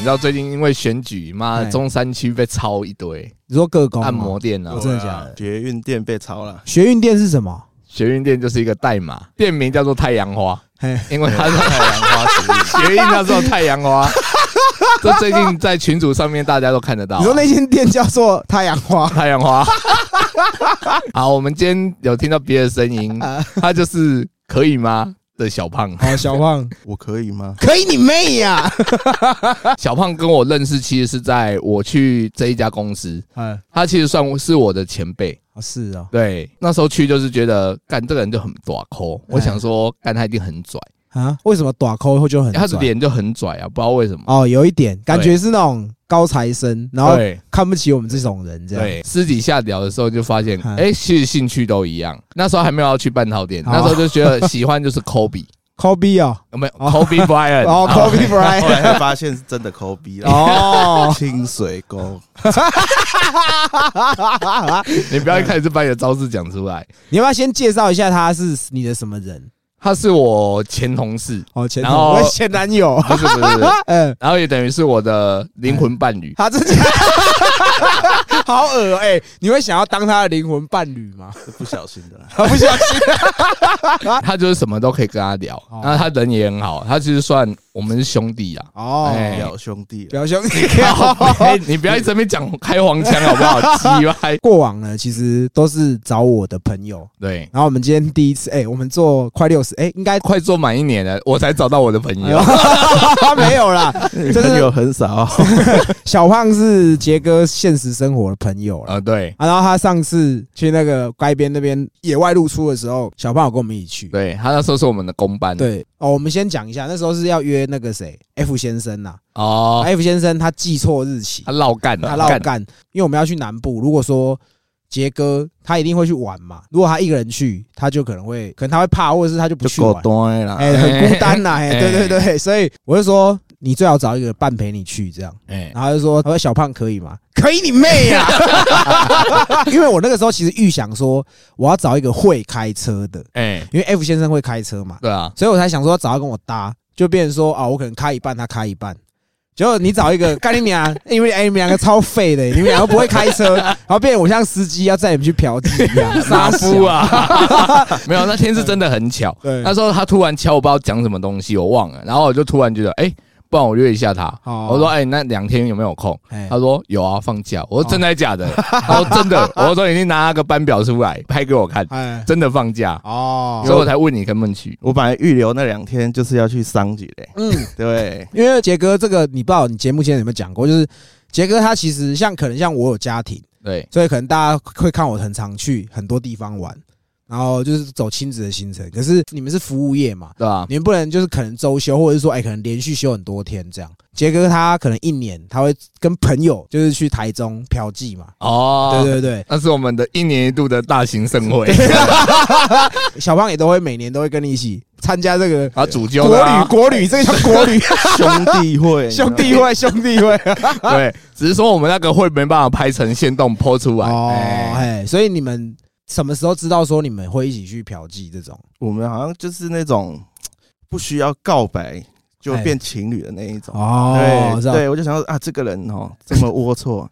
知道最近因为选举，妈哎中山区被抄一堆你说各工吗按摩店啊我，真的假的捷运店被抄了，学运店是什么？学运店就是一个代码，店名叫做太阳花，嘿，因为它太是阳花学运， 学运叫做太阳花。这最近在群组上面大家都看得到啊、你说那间店叫做太阳花？太阳花。 好，我们今天有听到别的声音，啊他就是可以吗的小胖。 哦，小胖，我可以吗？可以你妹呀！小胖跟我认识，其实是在我去这一家公司，哎，他其实算是我的前辈。是 哦，对，那时候去就是觉得干这个人就很短抠，嗯我想说干他一定很拽，啊，为什么短扣后就很他的拽脸就很拽啊，不知道为什么。哦，有一点感觉是那种高材生，然后对看不起我们这种人这样。对，私底下聊的时候就发现，嗯哦哎，其实兴趣都一样。那时候还没有要去半套店，那时候就觉得喜欢就是 Kobe， Kobe 哦，有没有哦 Kobe Bryant？ 哦，Kobe 后 Bryant 来才发现是真的抠逼了。 哦，清水沟，你不要一开始就把你的招式讲出来。你要不要先介绍一下他是你的什么人？他是我前同事，哦，前然后我前男 友，不是不是，不是嗯，然后也等于是我的灵魂伴侣。他自己 好恶哎，你会想要当他的灵魂伴侣吗？是不小心的啦。 不 相信，他就是什么都可以跟他聊哦，然后他人也很好，他其实算我们是兄弟啊。哦，哎表兄弟啊啦，表兄弟。 哎，你不要一直在那边讲开黄腔好不好？鸡歪。过往呢，其实都是找我的朋友，对，然后我们今天第一次，哎、我们做快六十，哎，应该快做满一年了，我才找到我的朋哎友。他没有啦， 就朋是友很少，小胖是杰哥现实生活的朋友了。啊，对啊，然后他上次去那个街边那边野外露出的时候，小胖有跟我们一起去。对，他那时候是我们的公班。对哦，我们先讲一下，那时候是要约那个谁 F 先生呐、哦， f 先生他记错日期他，绕干了，他老干，因为我们要去南部。如果说杰哥他一定会去玩嘛，如果他一个人去，他就可能会，可能他会怕，或者是他就不就去玩够。多的啦。哎、很孤单呐、哎、哎对对对，所以我就说你最好找一个伴陪你去这样，哎，然后他就说，他说小胖可以吗？可以你妹呀、 因为我那个时候其实预想说我要找一个会开车的，哎，因为 F 先生会开车嘛，对啊，所以我才想说找他跟我搭，就变成说啊，我可能开一半，他开一半。结果你找 一个干你娘，因为哎你们两个超废的、你们两个不会 开车，然后变成我像司机要载你们去嫖妓一样，杀傻夫夫啊！啊！ 没有，那天是真的很巧。对，那时候他突然敲我，不知道讲什么东西，我忘了。然后我就突然觉得，哎、不然我约一下他。好我说，哎、那两天有没有空？哦哎哦他说有啊，放假。我说真的假的？他说真的。我说已经拿那个班表出来拍给我看，哎真的放假，哦，所以我才问你根本去。我本来预留那两天就是要去桑吉的，嗯， 对，因为杰哥这个你不知道，你节目前有没有讲过，就是杰哥他其实像可能像我有家庭，对，所以可能大家会看我很常去很多地方玩，然后就是走亲子的行程。可是你们是服务业嘛，对吧、你们不能就是可能周休，或者是说哎、可能连续休很多天这样。杰哥他可能一年他会跟朋友就是去台中嫖妓嘛，哦，啊对对对，那是我们的一年一度的大型盛 会，小胖也都会每年都会跟你一起参加这个啊，主揪国的、旅啊。国哎旅，这个叫国 旅兄弟会，兄弟会兄弟 会。对，只是说我们那个会没办法拍成线动剖出来。哦，哎哎，所以你们什么时候知道说你们会一起去嫖妓这种？我们好像就是那种不需要告白就变情侣的那一种。哦对这样对，我就想说啊，这个人哦这么龌 龊，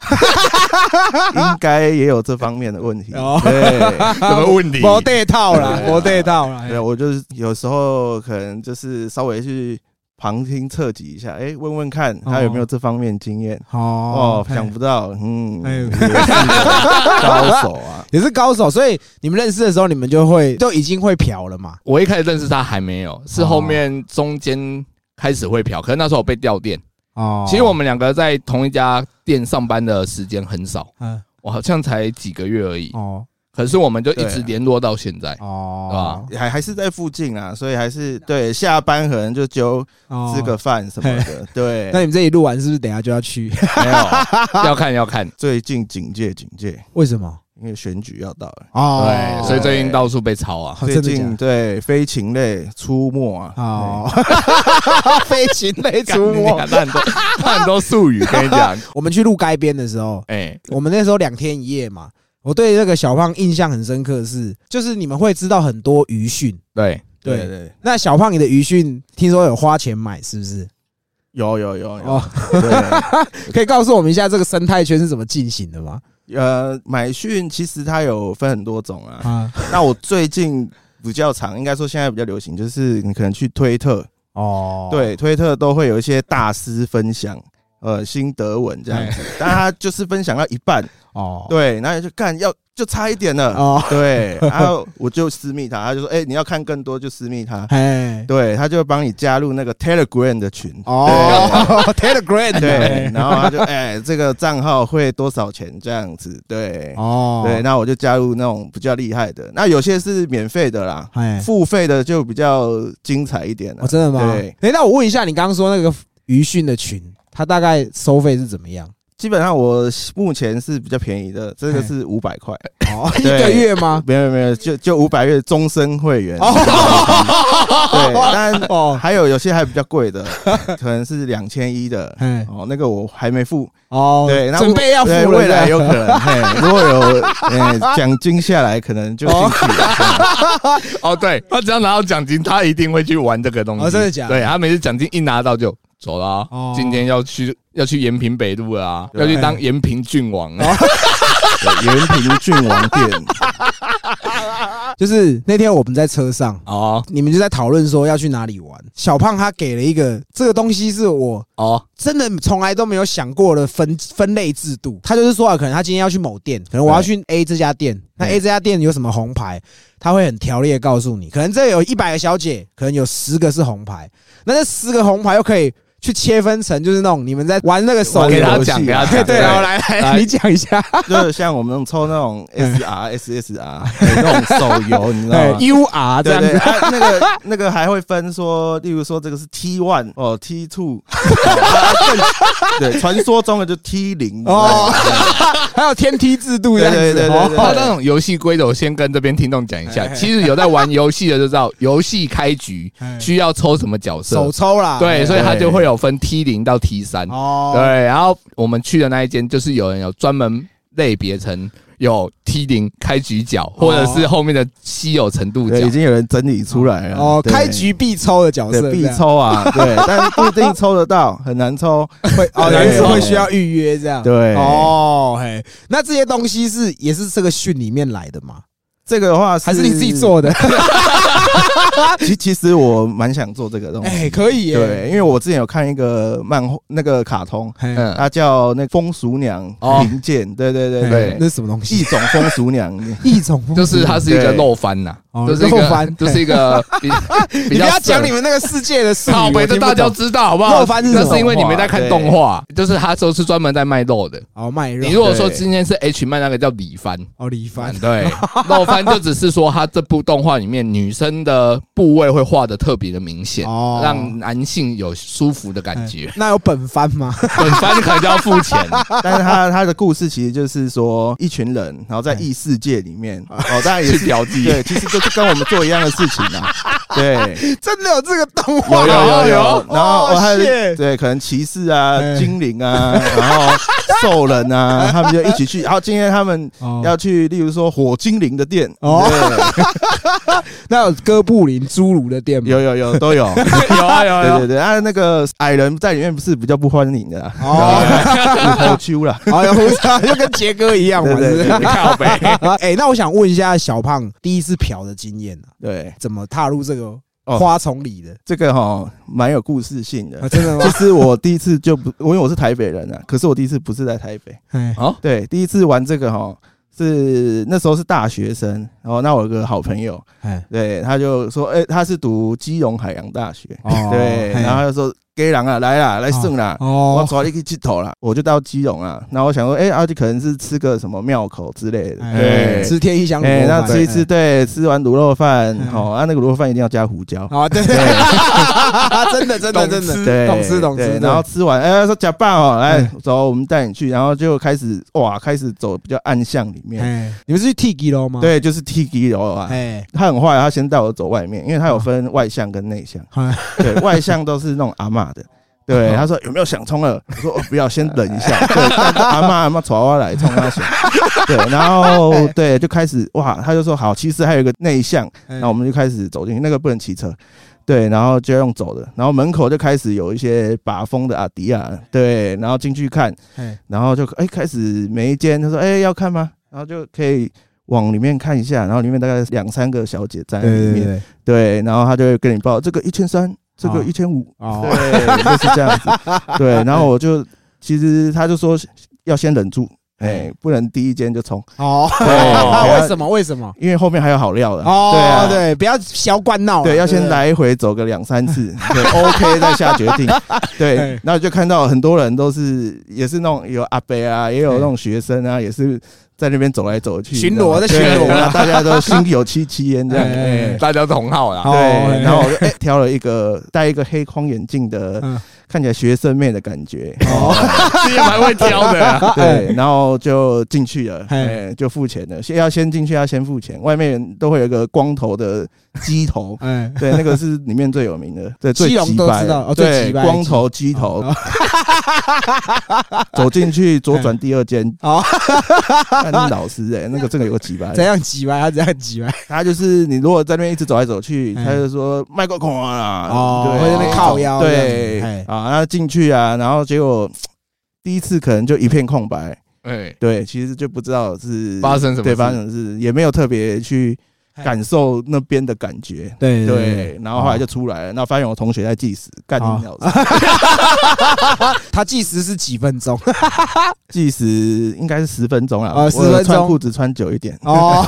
应该也有这方面的问题。哦对，什么问题？没对套啦，对啊没对套啦。对，我就是有时候可能就是稍微去旁听侧击一下，哎，问问看他有没有这方面经验。哦哦，，想哎不到，嗯，哎 也是个高手啊，也是高手，所以你们认识的时候，你们就会就已经会嫖了嘛。我一开始认识他还没哦有，是后面中间开始会嫖，可是那时候我被调店。哦，其实我们两个在同一家店上班的时间很少，嗯我好像才几个月而已，哦可是我们就一直联络到现 在。哦，还还是在附近啊，所以还是对下班可能就揪哦吃个。饭什么的，对，那你们这一录完是不是等一下就要去？ 没有，要看要看，最近警戒警戒，为什么？因为选举要到了，哦，对，所以最近到处被抄啊。哦最真的假近的？对飞禽类出没啊，哦， 飞禽类出干你没娘。那很 多那很多术语，跟你讲，我们去录街边的时候，哎，我们那时候两天一夜嘛，我对这个小胖印象很深刻的是，就是你们会知道很多鱼讯。对，对对对对，那小胖你的鱼讯听说有花钱买，是不是？有有有哦有，对，可以告诉我们一下这个生态圈是怎么进行的吗？呃，买讯其实它有分很多种啊。啊，那我最近比较常，应该说现在比较流行，就是你可能去推特，哦，对，推特都会有一些大师分享。呃，心得文 这样子，但他就是分享到一半，哦，对，然后就干要就差一点了，哦，对，然后我就私密他，他就说，哎、你要看更多就私密他，哎，对，他就帮你加入那个 Telegram 的群，哦 ，Telegram 对，对哎，然后他就哎、这个账号会多少钱这样子，对，哦，对，，那我就加入那种比较厉害的，那有些是免费的啦，哎，付费的就比较精彩一点了，啊哦，真的吗？对，哎，那我问一下，你刚刚说那个鱼讯的群，它大概收费是怎么样？基本上我目前是比较便宜的，这个哎是五百块， 哦，一对个月 吗？没有没有，就就五百月终身会员，对，但哦，还有有些还比较贵的， 可能是两千一的。哎，哦，那个我还没付，哦，对，那准备要付对了，未来这有样可能，嘿，如果有 呃奖金下来，可能就进去了。哦，对他只要拿到奖金，他一定会去玩这个东西。哦真的假的对他每次奖金一拿到就走了啊、哦今天要去要去延平北路了啊，对要去当延平郡王啊。对延平郡 王殿，就是那天我们在车上，哦你们就在讨论说要去哪里玩。小胖他给了一个这个东西是我哦真的从来都没有想过的分分类制度。他就是说啊，可能他今天要去某店，可能我要去 A 这家店，那 A 这家店有什么红牌，他会很条列地告诉你。可能这有一百个小姐，可能有十个是红牌，那这十个红牌又可以去切分成，就是那种你们在玩那个手给游他游戏讲，啊给他讲。对对，然后来来，来你讲一 下就是像我们抽那种 SR、SSR 哎那种手游，你知道吗？ U R 这样对对，子，啊那个那个还会分说，例如说这个是 T one 哦，T two，对，传说中的就 T 零哦哦，还有天梯制度这样子。对对对对对哦他那种游戏规则，我先跟这边听众讲一下。其实有在玩游戏的就知道，游戏开局需要抽什么角手色，抽啦，对，所以他对就会有分 T 零到 T 三。哦，对，然后我们去的那一间，就是有人有专门类别成有 T 零开局角，或者是后面的稀有程度角对，已。经有人整理出来了哦，对开局必抽的角色，对必抽啊，对，但是不一定抽得到，很 难抽，会哦，对男生会需要预约这样。对哦，嘿，那这些东西是也是这个训里面来的吗？这个的话是还是你自己？做的？其其实我蛮想做这个东 西，哎，可以耶。对，因为我之前有看一个漫画，那个卡通，嘿，嗯，它叫那《风俗娘哦评鉴》，对对对嘿对，哎那是什么东一 西？种风俗 娘，一种风格就是它是一个对肉番呐哦，就是一肉个番就是一个比 比你不较要讲色你们那个世界的 术语，靠我北听的不大家懂知道好不好？肉番是那什么是因为你没在看动画，就是它都是专门在卖肉的。哦，卖肉你如果说对今天是 H 漫那个叫李番，哦，李 凡对，肉番就只是说它这部动画里面女生的部位会画的特别的明显，哦，让男性有舒服的感觉嘿。那有本番吗？ 哎本番可能就要付钱，但是他他的故事其实就是说，一群人，然后在异世界里 面，哦，当然也去是嫖妓。哎对，其实就是跟我们做一样的事情啊， 对，Oh, 真的有这个动有画？有有哦有， 然后哦我还有 shit 对，可能骑士啊哎、精灵啊，然 后兽人啊，他们就一起去，然后今天他们哦要去，例如说火精灵的店，哦对，那有哥布林、侏儒的店吗？有有有都 有。有啊有啊对有啊，对对，啊，那个矮人在里面不是比较不欢迎的啊， 哦，不偷秋啦，哦，有胡子，就跟杰哥一样嘛，对是不对是 对你靠北。哎，那我想问一下小胖第一次嫖的经验啊，对，怎么踏入这个哦花丛里的？这个哈蛮有故事性的啊，。真的 其吗？实我第一次就不，因为我是台北人啊，可是我第一次不是在台北，哎哦，对，第一次玩这个哈，是那时候是大学生，然后那我有个好朋友，哎对，他就说，哎、他是读基隆海洋大学，哦对，嘿然后他就说，给人啊，来啦，来胜啦。我哦，抓了一个鸡头啦，我就到基隆啊，然后我想说，哎、而、且可能是吃个什么庙口之类的，哎对，吃天一香，哎、那吃一吃，次，对，吃完卤肉饭嗯，好、啊，那个卤肉饭一定要加胡椒，啊，对，对， 真的真的真的，对，懂吃懂吃对对然后吃完，哎、说假扮哦，来、嗯走，我们带你去，然后就开始哇，开始走比较暗巷里面，哎，你们是去 T G 喽吗？，对，就是 T G 楼啊。哎，他很坏，他先带我走外面，因为他哦有分外向跟内向，哎对，外向都是那种阿嬷 的。哦对，他说有没有想通了？我说、哦、不要，先等一下。对，但阿嬷阿嬷抓我来冲他想。对，然后对就开始哇，他就说好，其实还有一个内向，哎那我们就开始走进去，那个不能骑车，对，然后就用走的，然后门口就开始有一些把风的阿迪亚，对，然后进去看，嘿然后就哎、开始每一间他说哎、要看吗？然后就可以往里面看一下，然后里面大概两三个小姐在对哎里面，对对对，对，然后他就会跟你报这个一千三，这哦个一千五，哦，对，就是这样子。对，然后我就其实他就说要先忍住，哎，不能第一间就冲，哦， 对为什么？为什么？因为后面还有好料的。哦，对啊，对，不要小管闹啊，对，要不先。来回走个两三次 对，OK 再下决 定。对哎，那就看到很多人都是也是那种有阿伯啊，也有那种学生啊，也是在那边走来走去哎巡逻你在知巡逻道吗对然后啊，大家都心有戚戚焉这样。哎哎哎哎大家同号啦。哦对，哎然后我就、哎挑了一个戴一个黑框眼镜的，嗯看起来学生妹的感觉。哦，你也蛮会挑的 啊。对，然后就进去了，哎，哎，就付钱了。先要先进去，要先付钱。外面都会有一个光头的鸡头 哎，对，那个是里面最有名的，对，最基隆鸡都掰知道哦最对鸡，掰光头鸡头哦。走进去左转第二间，哦，看老师哎，那个这个有个鸡掰，怎样挤歪？他怎样挤歪？他就是你如果在那边一直走来走去，哎他就说卖个空啊，哦对会在那边靠腰对这样子啊，然后进去啊，然后结果第一次可能就一片空白，哎，对，其实就不知道是发生什么事对，发生什么事也没有特别去感受那边的感觉。对对，然后后来就出来了，那发现我同学在计时，干哦你老师，他计时是几分钟？计时应该是十分钟啦，哦10我有分钟穿裤子穿久一点，哦，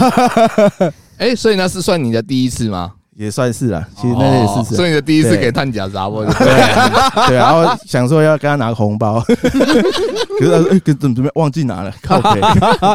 哎，所以那是算你的第一次吗？哦也算是哦啦，其实那也是所是，以你的第一次对给探假砸我，对啊对啊，然后想说要跟他拿红包， 可是他说哎可怎么怎么忘记拿 了，靠北，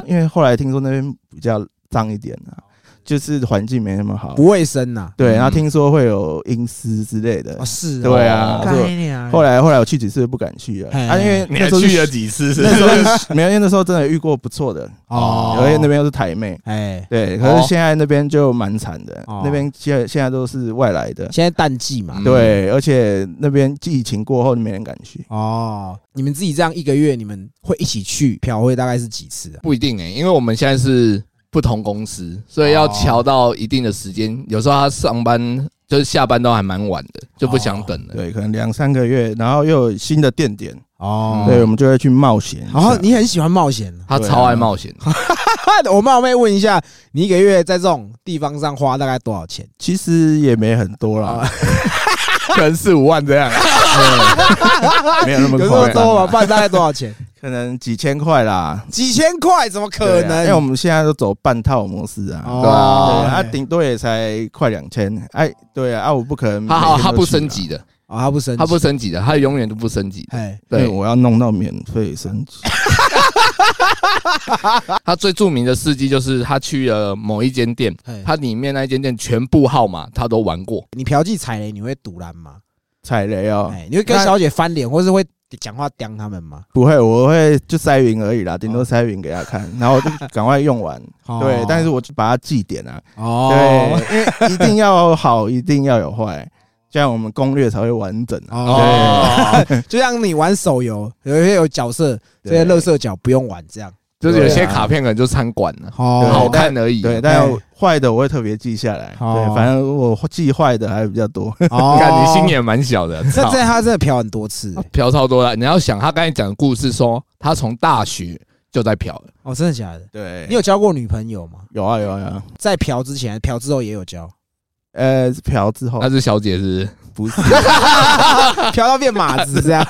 因为后来听说那边比较脏一点啊，就是环境没那么好，不卫生呐。对，然嗯后听说会有阴湿之类的哦，，是哦，对啊干就你啊后来后来我去几次不敢去了，嘿啊，因为你 那还时候去是了几次？是那时候 是没有，因为那时候真的遇过不错的，哦而且那边又是台妹，哎，对，可哦是现在那边就蛮惨的哦，那边现在现在都是外来的，现在淡季嘛嗯，对，而且那边疫情过后没人敢去，哦，你们自己这样一个月，你们会一起去嫖会大概是几次啊？不一定哎、因为我们现在是不同公司，所以哦要调到一定的时间。有时候他上班就是下班都还蛮晚的，就不想等了。对，可能两三个月，然后又有新的店点，哦嗯对，我们就会去冒险一下。然后你很喜欢冒险呢 啊他超爱冒险， 我冒昧问一下，你一个月在这种地方上花大概多少 钱？其实也没很多啦，可能四五万这样。 没有那么有这夸么多啊吗？张，不然大概多少钱？可能几千块啦，几千块？怎么可对啊能？因为我们现在都走半套模式啊，哦对啊，对啊哎他顶多也才快两千，哎，对啊，啊，我不可能，他好，他不升，级的，哦，他不升，他不，升级的，他永远都不升级的。哎，对，对我要弄到免费升级，他最著名的事迹就是他去了某一间店，嘿他里面那一间店全部号码他都玩过，你嫖妓踩雷，你会堵拦吗？踩雷哦，哎，你会跟那小姐翻脸，或是会讲话刁他们吗？不会，我会就塞云而已啦，顶多塞云给他看，然后我就赶快用完， 哦对，但是我就把它记点啊，哦，对，因为一定要好，一定要有坏，这样我们攻略才会完整啊。哦， 就像你玩手游，有一些有角色，这些对乐色角不用玩，这样就是有些卡片可能就餐馆了，对好哦，看而已。对，但坏的我会特别记下来，哦对，反正我记坏的还比较 多。哦看你心也蛮小的，这 操这他真的嫖很多次他，嫖超多了。你要想，他刚才讲的故事说，他从大学就在嫖了，哦，真的假的？对你有交过女朋友吗？有啊有啊有啊，在嫖之前，嫖之后也有交，呃，嫖之哦后啊那是小姐是不是？不是嫖到变马子 这样。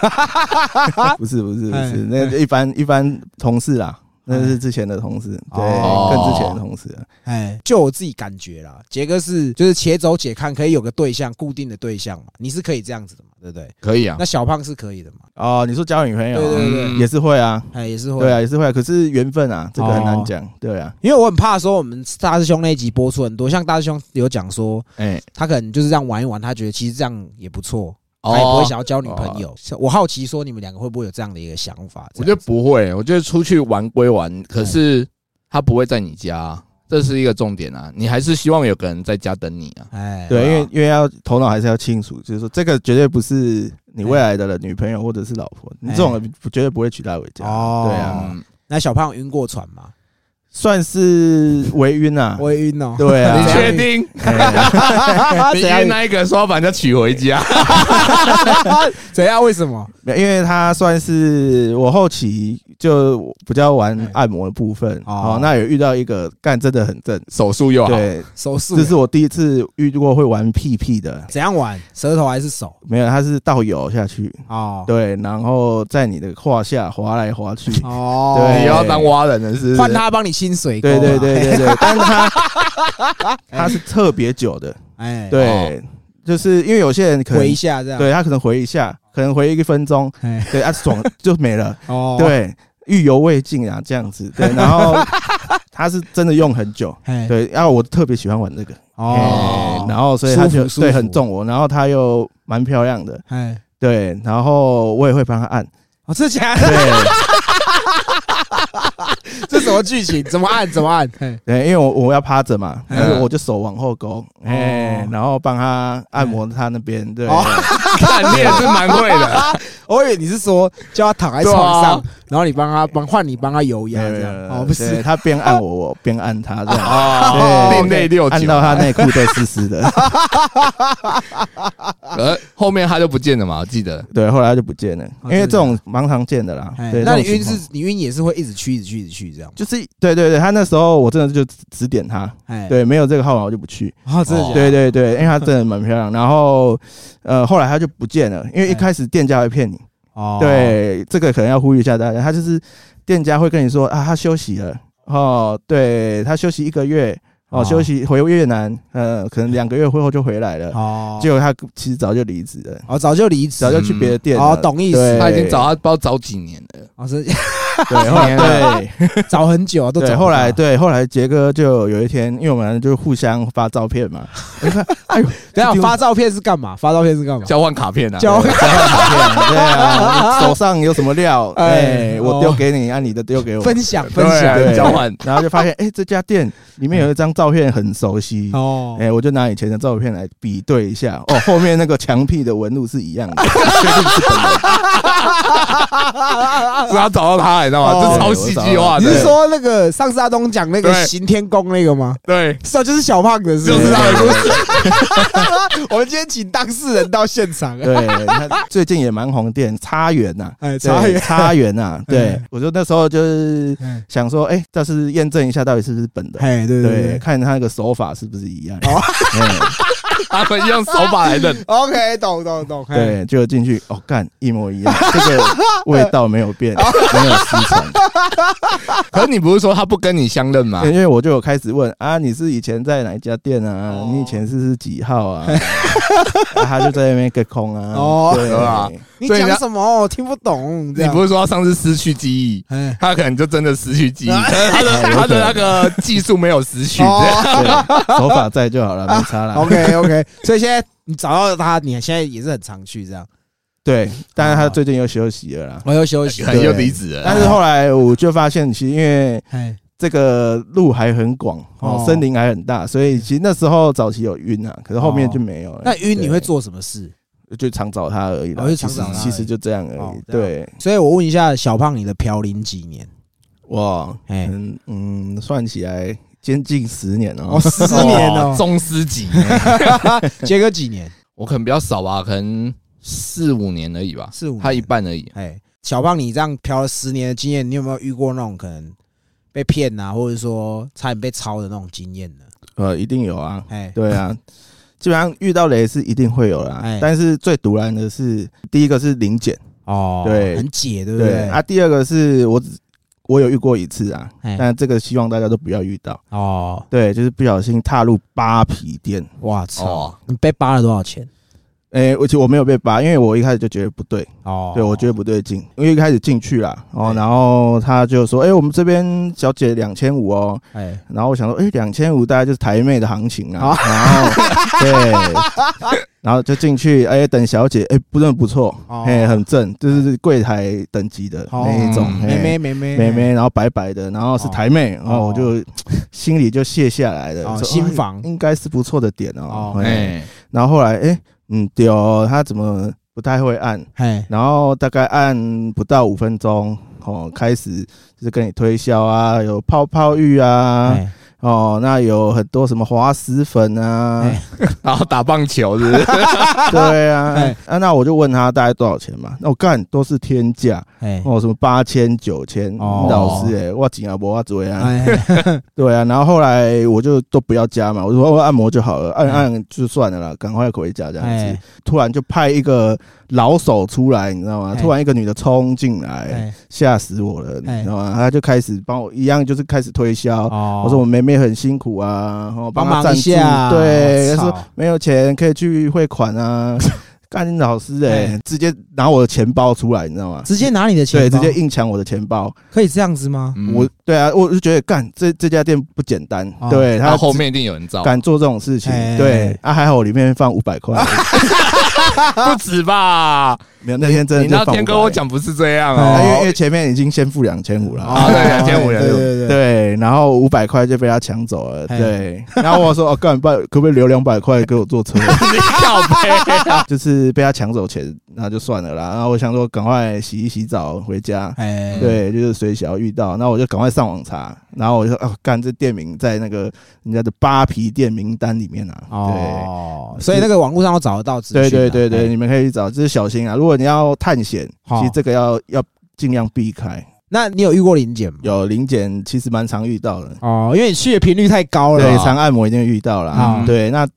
不是不是不哎是，那一般一般同事啦，那是之前的同事，对，哦更之前的同事了。哎，就我自己感觉啦，杰哥是就是且走且看，可以有个对象，固定的对象嘛，你是可以这样子的嘛，对不对？可以啊那，小胖是可以的嘛，哦，你说交女朋友对啊对对嗯也是会啊，哎，也是会哦对啊也是会啊，可是缘分啊，这个很难讲，对啊，因为我很怕说我们大师兄那一集播出很多，像大师兄有讲说，哎，他可能就是这样玩一玩，他觉得其实这样也不错，哦他也不会想要交女朋哦友。像我好奇说你们两个会不会有这样的一个想法？我觉得不会，我觉得出去玩归玩，可是他不会在你家啊，这是一个重点啊。你还是希望有个人在家等你啊。这样哎，对，因对啊为因为要头脑还是要清楚，就是说这个绝对不是你未哎来的女朋友或者是老婆，你这种人绝对不会娶她为家。哦对啊，嗯，那小胖有晕过船吗？ 算是微晕啊， 我也晕哦。对啊，你怎样确定？哎你怎晕样？那一个说要把人家娶回家？怎样？为什么？没有因为他算是我后期就比较玩按摩的部分，哎哦哦，那有遇到一个干真的很正，手速又好，对，手速这是我第一次遇过会玩屁屁的，怎样玩？舌头还是手？没有，他是倒游下去，哦，对，然后在你的胯下滑来滑去，哦，对你又要当挖人了， 是不是？换他帮你清水沟对嘛对对，对 对，但是他他是特别久的，哎，对，就是因为有些人可回一能下这样，对他可能回一下，可能回一分钟，哎，对，啊爽就没了，哦，，对，意犹未尽啊这样子， 对，然后他是真的用很久。哎，对，然后我特别喜欢玩这个，哦哎，然后所以他就舒服舒服对很重我，然后他又蛮漂亮的，哎，对，然后我也会帮他按，哦，这假的， 对这什么剧情？怎么按？怎么按？哎，对，因为我我要趴着嘛，嗯但是我就手往后勾，哎哦，然后帮他按摩他那边，对，哦看你也是蛮会的，我以为你是说叫他躺在床上，然后你帮他帮换你帮他油压没有这没有样没有，哦，不啊对是，他边按我，我边按他这 样，哦，对另类六按九，到他内裤都湿湿 的，呃，后面他就不见了嘛，我记得。对，后来他就不见了，哦因为这种蛮常见的啦哎，对，那你这种晕情况是，你晕也是会一直去，一直去，一直去这样，就是对对对，他那时候我真的就指指点他，哎，，对，没有这个号码我就不去。哦，真的假的？对对对，因为她真的蛮漂亮。然后，呃，后来她就不见了，哎因为一开始店家会骗你。哦，对，这个可能要呼吁一下大家，他就是店家会跟你说啊，她休息了哦，对，她休息一个月哦哦，休息回越南，呃，可能两个月会后就回来了。哦，结果她其实早就离职了，哦，早就离职早就去别的店了。哦，懂意对思，他已经找他包找几年了，哦，是 对，后来几年了对找很久 啊，都对，找后来，对后来杰哥就有一天，因为我们就互相发照 片嘛，你看，哎呦，等一这下地方发照片是干嘛？发照片是干嘛？交换卡片啊，交对对啊，手上有什么料， 哎哎，我丢给你，按你的丢给 我，分享分对啊享对交换，然后就发现，哎，这家店里面有一张照片很熟悉，哦，哎，我就拿以前的照片来比对一下，哦，后面那个墙壁的纹路是一样的，确定是本人。是他找到他，你知道吗？哦这超戏剧化啊你的是啊对，说那个上次阿东讲那个对刑天宫那个吗？对，是啊，就是小胖子，是不就是他啊的故事。 我们今天请当事人到现场，对，他最近也蛮红店，差远呐，哎，对茶园，差 远呐，对嗯我就那时候就是嗯想说，哎，倒是验证一下到底是不是本人，哎，对对对，对看他那个手法是不是一样。哦哎他们用手把来认， ，OK，懂懂懂，哎嘿，对，就进去哦，干一模一样，这个味道没有 变，没有失传。可是你不是说他不跟你相认啊吗？因为我就有开始问啊，你是以前在哪一家店啊？哦你以前是是几号 啊？啊他就在那边隔空啊。哦对对啊啊，你对人讲家什么？我听不懂，这你样不，是说他上次失去记忆，哎，他可能就真的失去记忆，可是他的他的那个技术没有失去，哦对手法在就好 了，没差啦。 ，OK OK，所 以现在你找到他，你现在也是很常去这样，对，但是啊他最近又休息了啦。我要哦休息可，能又离职了。但是后来我就发现，其实因为哎，这个路还很广哦哦，森林还很大，所以其实那时候早期有晕啊，可是后面就没有了。哦那晕你对会做什么事？就常找他而已啦，哦就其常实找他其实就这样哦而已。这对，所以我问一下小胖，你的飘零几年？哇，哎，嗯嗯，算起来接近十年哦，哦。十哇年哦， 中司级，杰哥几年？我可能比较少吧，可能四五年而已吧，四五年他一半而已。哎，小胖，你这样漂了十年的经验，你有没有遇过那种可能被骗啊，或者说差点被抄的那种经验呢？呃，一定有啊，哎，对啊，基本上遇到雷是一定会有啦哎。但是最毒然的是第一个是零检，哦，对很解，对不对对？啊，第二个是我只我有遇过一次啊哎，但这个希望大家都不要遇到。哦，对，就是不小心踏入扒皮店。哇操哦，你被扒了多少钱？哎，而且我没有被扒，因为我一开始就觉得不对，哦，哎对，我觉得得不对劲，因为一开始进去啦，哦，对然后他就说，哎、我们这边小姐两千五哦，哎，然后我想说，哎、2两千五大概就是台妹的行情啊啊，然后对，然后就进去，哎、等小姐，哎、不真的不错，哦哎、很正，就是柜台等级的哦那一种，嗯嘿妹哦妹妹妹妹妹，然后白白的，然后是台妹，然后我就心里就卸下来了，哦说心哎房应该是不错的点哦哦，嘿哎，然后后来，哎、嗯，对哦，他怎么不太会按，哎，然后大概按不到五分钟，哦，开始就是跟你推销啊，有泡泡浴啊，哎哦，那有很多什么滑石粉啊，哎然后打棒球是不是？ 对啊 哎，啊，那我就问他大概多少钱嘛？那我干都是天价，哎哦，什么八千、九千，哦老师哎，我紧啊，我追啊，哎，对啊。然后后来我就都不要加嘛，我说哦我按摩就好了，按按就算了啦，赶快回家这样子哎。突然就派一个老手出来，你知道吗？哎突然一个女的冲进来，哎吓死我了，你哎知道吗？她就开始帮我一样，就是开始推销。哦我说我妹妹很辛苦啊，然后帮她忙赞一助下，对，她操说没有钱可以去汇款啊。 干老师哎、哎直接拿我的钱包出来，你知道吗？直接拿你的钱对，包，直接硬抢我的钱包。可以这样子吗？嗯我对啊，我就觉得干这这家店不简单，哦对然他后后面一定有人造，敢做这种事情哎，对啊，还好我里面放五 百块，不止吧？没有那天真你的那就放天跟我500，讲不是这样啊因为因哦为，前面已经先付两千五了。啊，对，两千五哦对人对对对，对，然后五百块就被他抢走了。哎对，然后我说：“哦，干，不然可不可以留两百块给我 坐车？” 靠背啊就是被他抢走钱，那就算了啦。然后我想说，赶快洗一洗澡回家。哎，对，就是水小遇到，那我就赶快上网查，然后我就说哦，干这店名在那个人家的扒皮店名单里面啊。哦，所以那个网络上都找得到资讯啊，对对对对对，哎。你们可以去找，就是小心啊。如果你要探险，好其实这个要要尽量避开。那你有遇过零检吗？有零检其实蛮常遇到的，哦，因为你去的频率太高对，了，常按摩一定会遇到啦啊嗯。对，那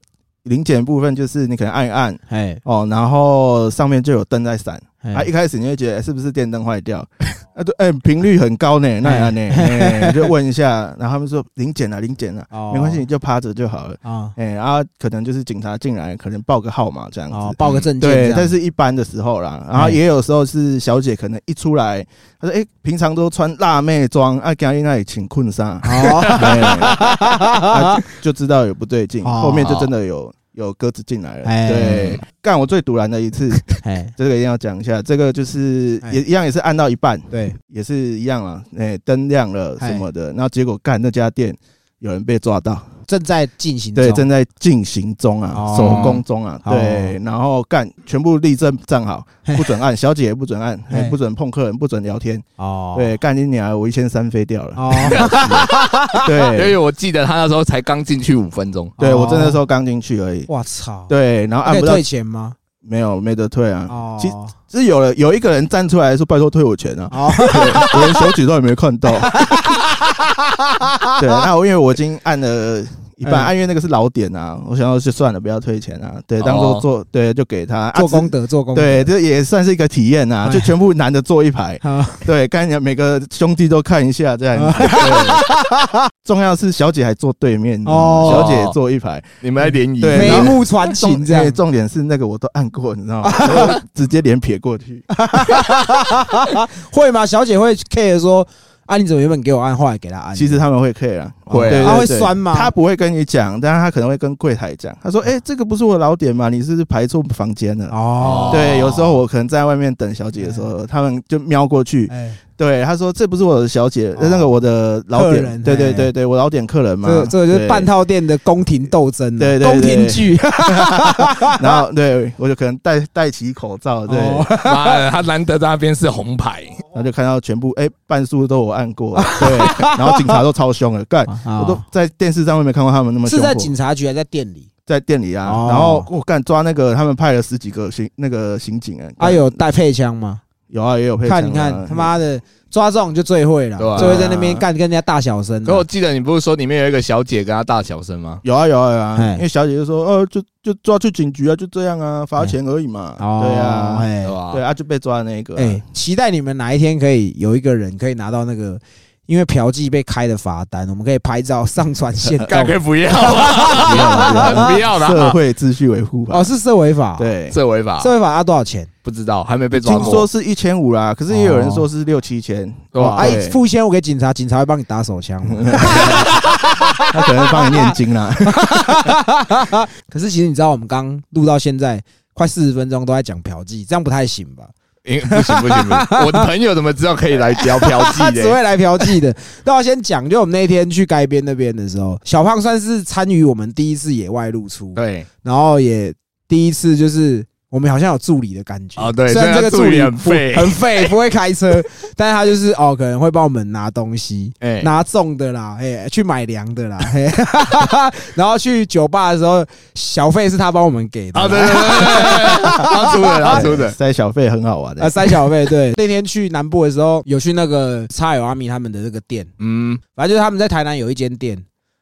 零检部分就是你可能按一按哎，哦，然后上面就有灯在闪。啊，哎一开始你会觉得、欸是不是电灯坏掉？ 啊，对，哎、频率很高呢，那样呢，哎你就问一下，然后他们说零检啊了，零检了，哦没关系，你就趴着就好了。啊，哎、然后可能就是警察进来，可能报个号码这样子。哦，报个证件这对，样，但是一般的时候啦，然后哎，也有时候是小姐可能一出来，她说：“哎、平常都穿辣妹装，啊，今天那里请困上哦，哎 啊就就知道有不对劲，哦后面就真的有有鸽子进来了。哎对，干我最堵然的一次，哎，这个一定要讲一下，这个就是哎也一样，也是按到一半，对，也是一样啊，哎，灯亮了什么哎的，然后结果干那家店有人被抓到，正在进行中，对，正在进行中啊哦，手工中啊，哦对，然后干全部立正站好，哎不准按，小姐也不准按，嘿哎不准碰客人，不准聊天，哦，对，干你娘，我一千三飞掉了，哦，哎因对为，我记得他那时候才刚进去五分钟，对哦我真的时候刚进去而已，我操，对，然后那可按以不到退，钱吗？没有没得退啊，哎哦，其实是有了有一个人站出来说拜托退我钱啊，哦，对我连手指都还没 看到。对，那我因为我已经按了一半，嗯按、因为那个是老点啊，我想要就算了，不要退钱啊。对，哦当做做、对就给他、啊、做功只德，做功德，对，这也算是一个体验啊，哎就全部男的坐一排，好，对，看你每个兄弟都看一下这样子。哎对重要是小姐还坐对面，哦小姐也坐一排，你们在联谊，对然眉后目传情重这样对，重点是那个我都按过，你知道吗？我直接脸撇过去，会吗？小姐会 care 说啊，你怎么原本给我按，后来给她按？其实他们会 care 啊，会啊对对哦他会对酸吗？他不会跟你讲，但是他可能会跟柜台讲。他说：“哎、这个不是我老点嘛，你是不是排错房间了。哦，对，有时候我可能在外面等小姐的时候，他们就瞄过去。哎，对，他说：“这不是我的小姐，哦那个我的老客人点。”对对哎对对，我老点客人嘛这。个这个就是对半。套店的宫廷斗争了，对对对宫廷剧， 然后对我就可能戴戴起口罩，对，哦妈的，他难得在那边是红牌，然后就看到全部哎半数都我按过， 对，然后警察都超凶的，干。我我都在电视上面没看过他们那么哦是凶过。在警察局还是在店里？在店里啊，哦然后我干抓那个他们派了十几个刑那个刑警哎，啊，干有带配枪吗？有啊，也有配枪啊看你看他，妈的，抓这种就最会了对，啊最会在那边干跟人家大小声啊可我的。记得你不是说里面有一个小姐跟他大小声吗？有啊有啊有啊嘿，因为小姐就说，哦，就就抓去警局啊，就这样啊，罚钱而已嘛，哦对啊，对哎吧？对啊，就被抓的那一个啊，哎，期待你们哪一天可以有一个人可以拿到那个因为嫖妓被开的罚单，我们可以拍照上传 现干动。可以不要啊，不要社了，会秩序维护吧哦，，是社违法，，对， 这违法，社违法要多少钱？不知道还没被抓听说过，是一千五啦，可是也有人说是六七千，对吧啊，对付钱我给警察，警察会帮你打手枪吗。他可能帮你念 经啦，可是其实你知道，我们刚录到现在快四十分钟都在讲嫖妓，这样不太行吧？因 为不行不行不行，我的朋友怎么知道可以来聊嫖他 妓只的？会来嫖妓的。那我先讲，就我们那天去该边那边的时候，小胖算是参与我们第一次野外露出，对，然后也第一次就是我们好像有助理的感觉哦对虽然这这个个助理助理很废不很废，不会开车， 但是他就是哦，可能会帮我们拿东西，哎拿重的啦，哎，去买凉的啦，嘿 然后去酒吧的时候，小费是他帮我们给的啊，啦，对对对对，对他出的，他出的， 塞小费很好玩啊，的，塞小费。对， 那天去南部的时候，有去那个叉友阿米他们的这个店，嗯，反正就是他们在台南有一间店，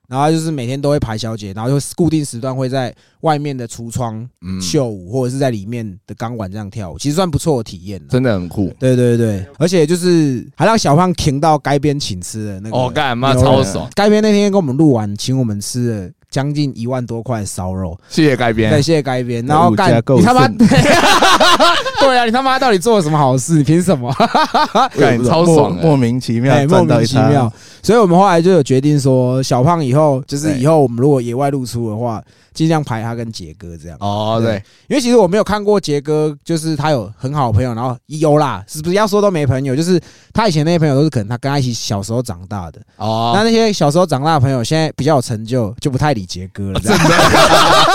然后就是每天都会排小姐，然后就固定时段会在外面的橱窗嗯秀舞，或者是在里面的钢管这样跳舞，其实算不错的体验了。真的很酷。对对对，而且就是还让小胖停到街边请吃的那个，哦，干妈牛超肉爽，街边那天跟我们录完，请我们吃了将近一万多块烧肉，谢谢改编感。谢街边，然后啊物价干够你他妈，顺 对啊，你他妈到底做了什么好事？你凭什 么？啊干超爽的莫莫名其妙哎，莫赚到名一其餐妙。所以我们后来就有决定说，小胖以后就是对以后我们如果野外露出的话，尽量排他跟杰哥这样。哦，对，因为其实我没有看过杰哥，就是他有很好的朋友，然后有啦，是不是要说都没朋友？就是他以前那些朋友都是可能他跟他一起小时候长大的，那哦，那些小时候长大的朋友现在比较有成就，就不太理杰哥哦了。这样。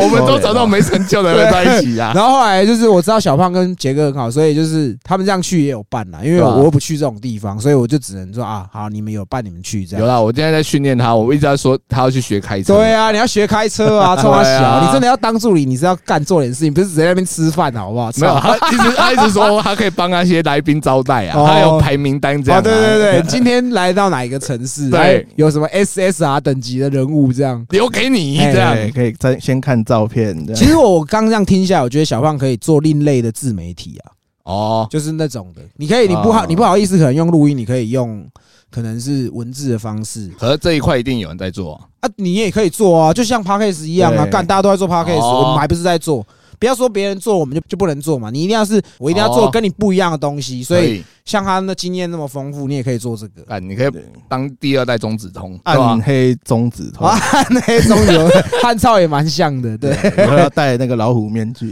我们都找到没成就的人在一起啊。 然后后来就是我知道小胖跟杰哥很好，所以就是他们这样去也有伴啦，因为对啊我又不去这种地方，所以我就只能说啊，好，你们有伴你们去这样有。啦，我今天在训练他，我一直在说他要去学开车。对啊，你要学开车啊，冲他对小，啊你真的要当助理，你是要干做点事情，不是只在那边吃饭好不好？没有，操他一直他一直说他可以帮那些来宾招待啊，哦他有排名单这样、啊，啊。对对对，今天来到哪一个城市？对还有什么 SSR 等级的人物这样？留给你哎这样。对，可以再先看照片，这其样实我刚这样听下来，我觉得小胖可以做另类的自媒体啊，哦，就是那种的，你可以，你不啊好，哦你不好意思，可能用录音，你可以用可能是文字的方式可是这一块一定有人在做、啊。啊，你也可以做啊，就像 podcast 一样啊，对干大家都在做 podcast，哦我们还不是在做。不要说别人做，我们就就不能做嘛。你一定要是我一定要做哦跟你不一样的东西，所可以以，像他那经验那么丰富，你也可以做这个。干你可以当第二代中子通，对吧暗？黑中指头啊，，那黑中流 汉超也蛮像的，对，以后要戴那个老虎面 具，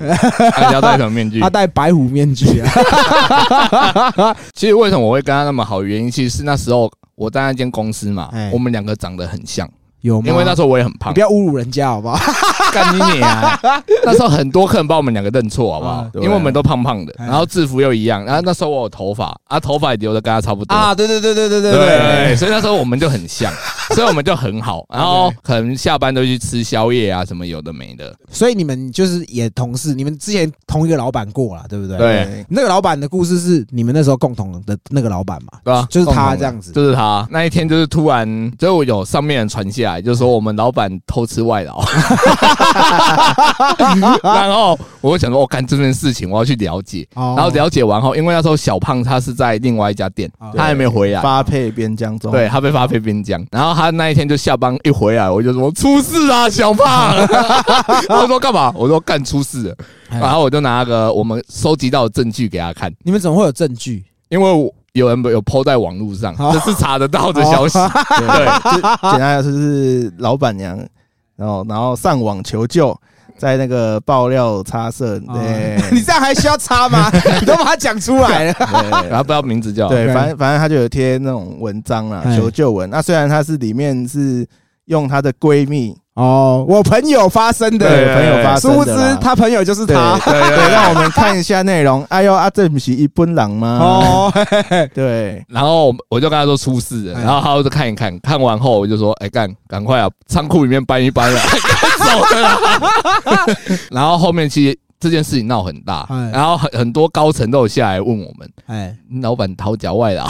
他要戴什么面具他？戴白虎面具 啊，其实为什么我会跟他那么好，原因其实是那时候我在那间公司嘛哎，我们两个长得很像，有吗？因为那时候我也很胖你不。要侮辱人家好 不好？干你你 啊！那时候很多客人把我们两个认错，好不好啊？因为我们都胖胖的，哎然后制服又一样，然后那时候我有头发啊，头发也留的跟他差不多。啊，对对对对对对对所以那时候我们就很像，所以我们就很好，然后可能下班都去吃宵夜啊，什么有的没的。所以你们就是也同事，你们之前同一个老板过了，对不对？对，那个老板的故事是你们那时候共同的那个老板嘛？对啊就是他共同的这样子。就是他那一天，就是突然，就是我有上面人传下来，就是说我们老板偷吃外 劳，然后我就想说，我、哦干这件事情，我要去了解。哦然后了解完后，因为那时候小胖他是在另外一家店哦，他还没回来，发配边疆中，对，他被发配边疆，然后他那一天就下班一回来，我就说出事啊，小胖。 他说干嘛？我说干出事了。哎然后我就拿个我们收集到的证据给他看，你们怎么会有证据？因为我有人有 PO 在网络上，哦这是查得到的消息。对，就简单来说就是老板娘，然后然后上网求救，在那个爆料插社，对，哦 你这样还需要 插吗？你都把它讲出来了。然后不知道名字叫对，对反正反正他就有贴那种文章啦哎，求救文。啊那虽然他是里面是用她的闺蜜哦，我朋友发生对的，朋友发殊生不的知啦，他朋友就是对他。对对，让我们看一下内容。哎呦啊，这不是一本狼 吗？哦，对，然后我就跟他说出事了，哎然后他就看一看，看完后我就说，哎干，赶快啊，仓库里面搬一搬 啊，赶走了啦。 然后后面其实这件事情闹很大哎，然后很很多高层都有下来问我们， 哎，老板讨脚外劳，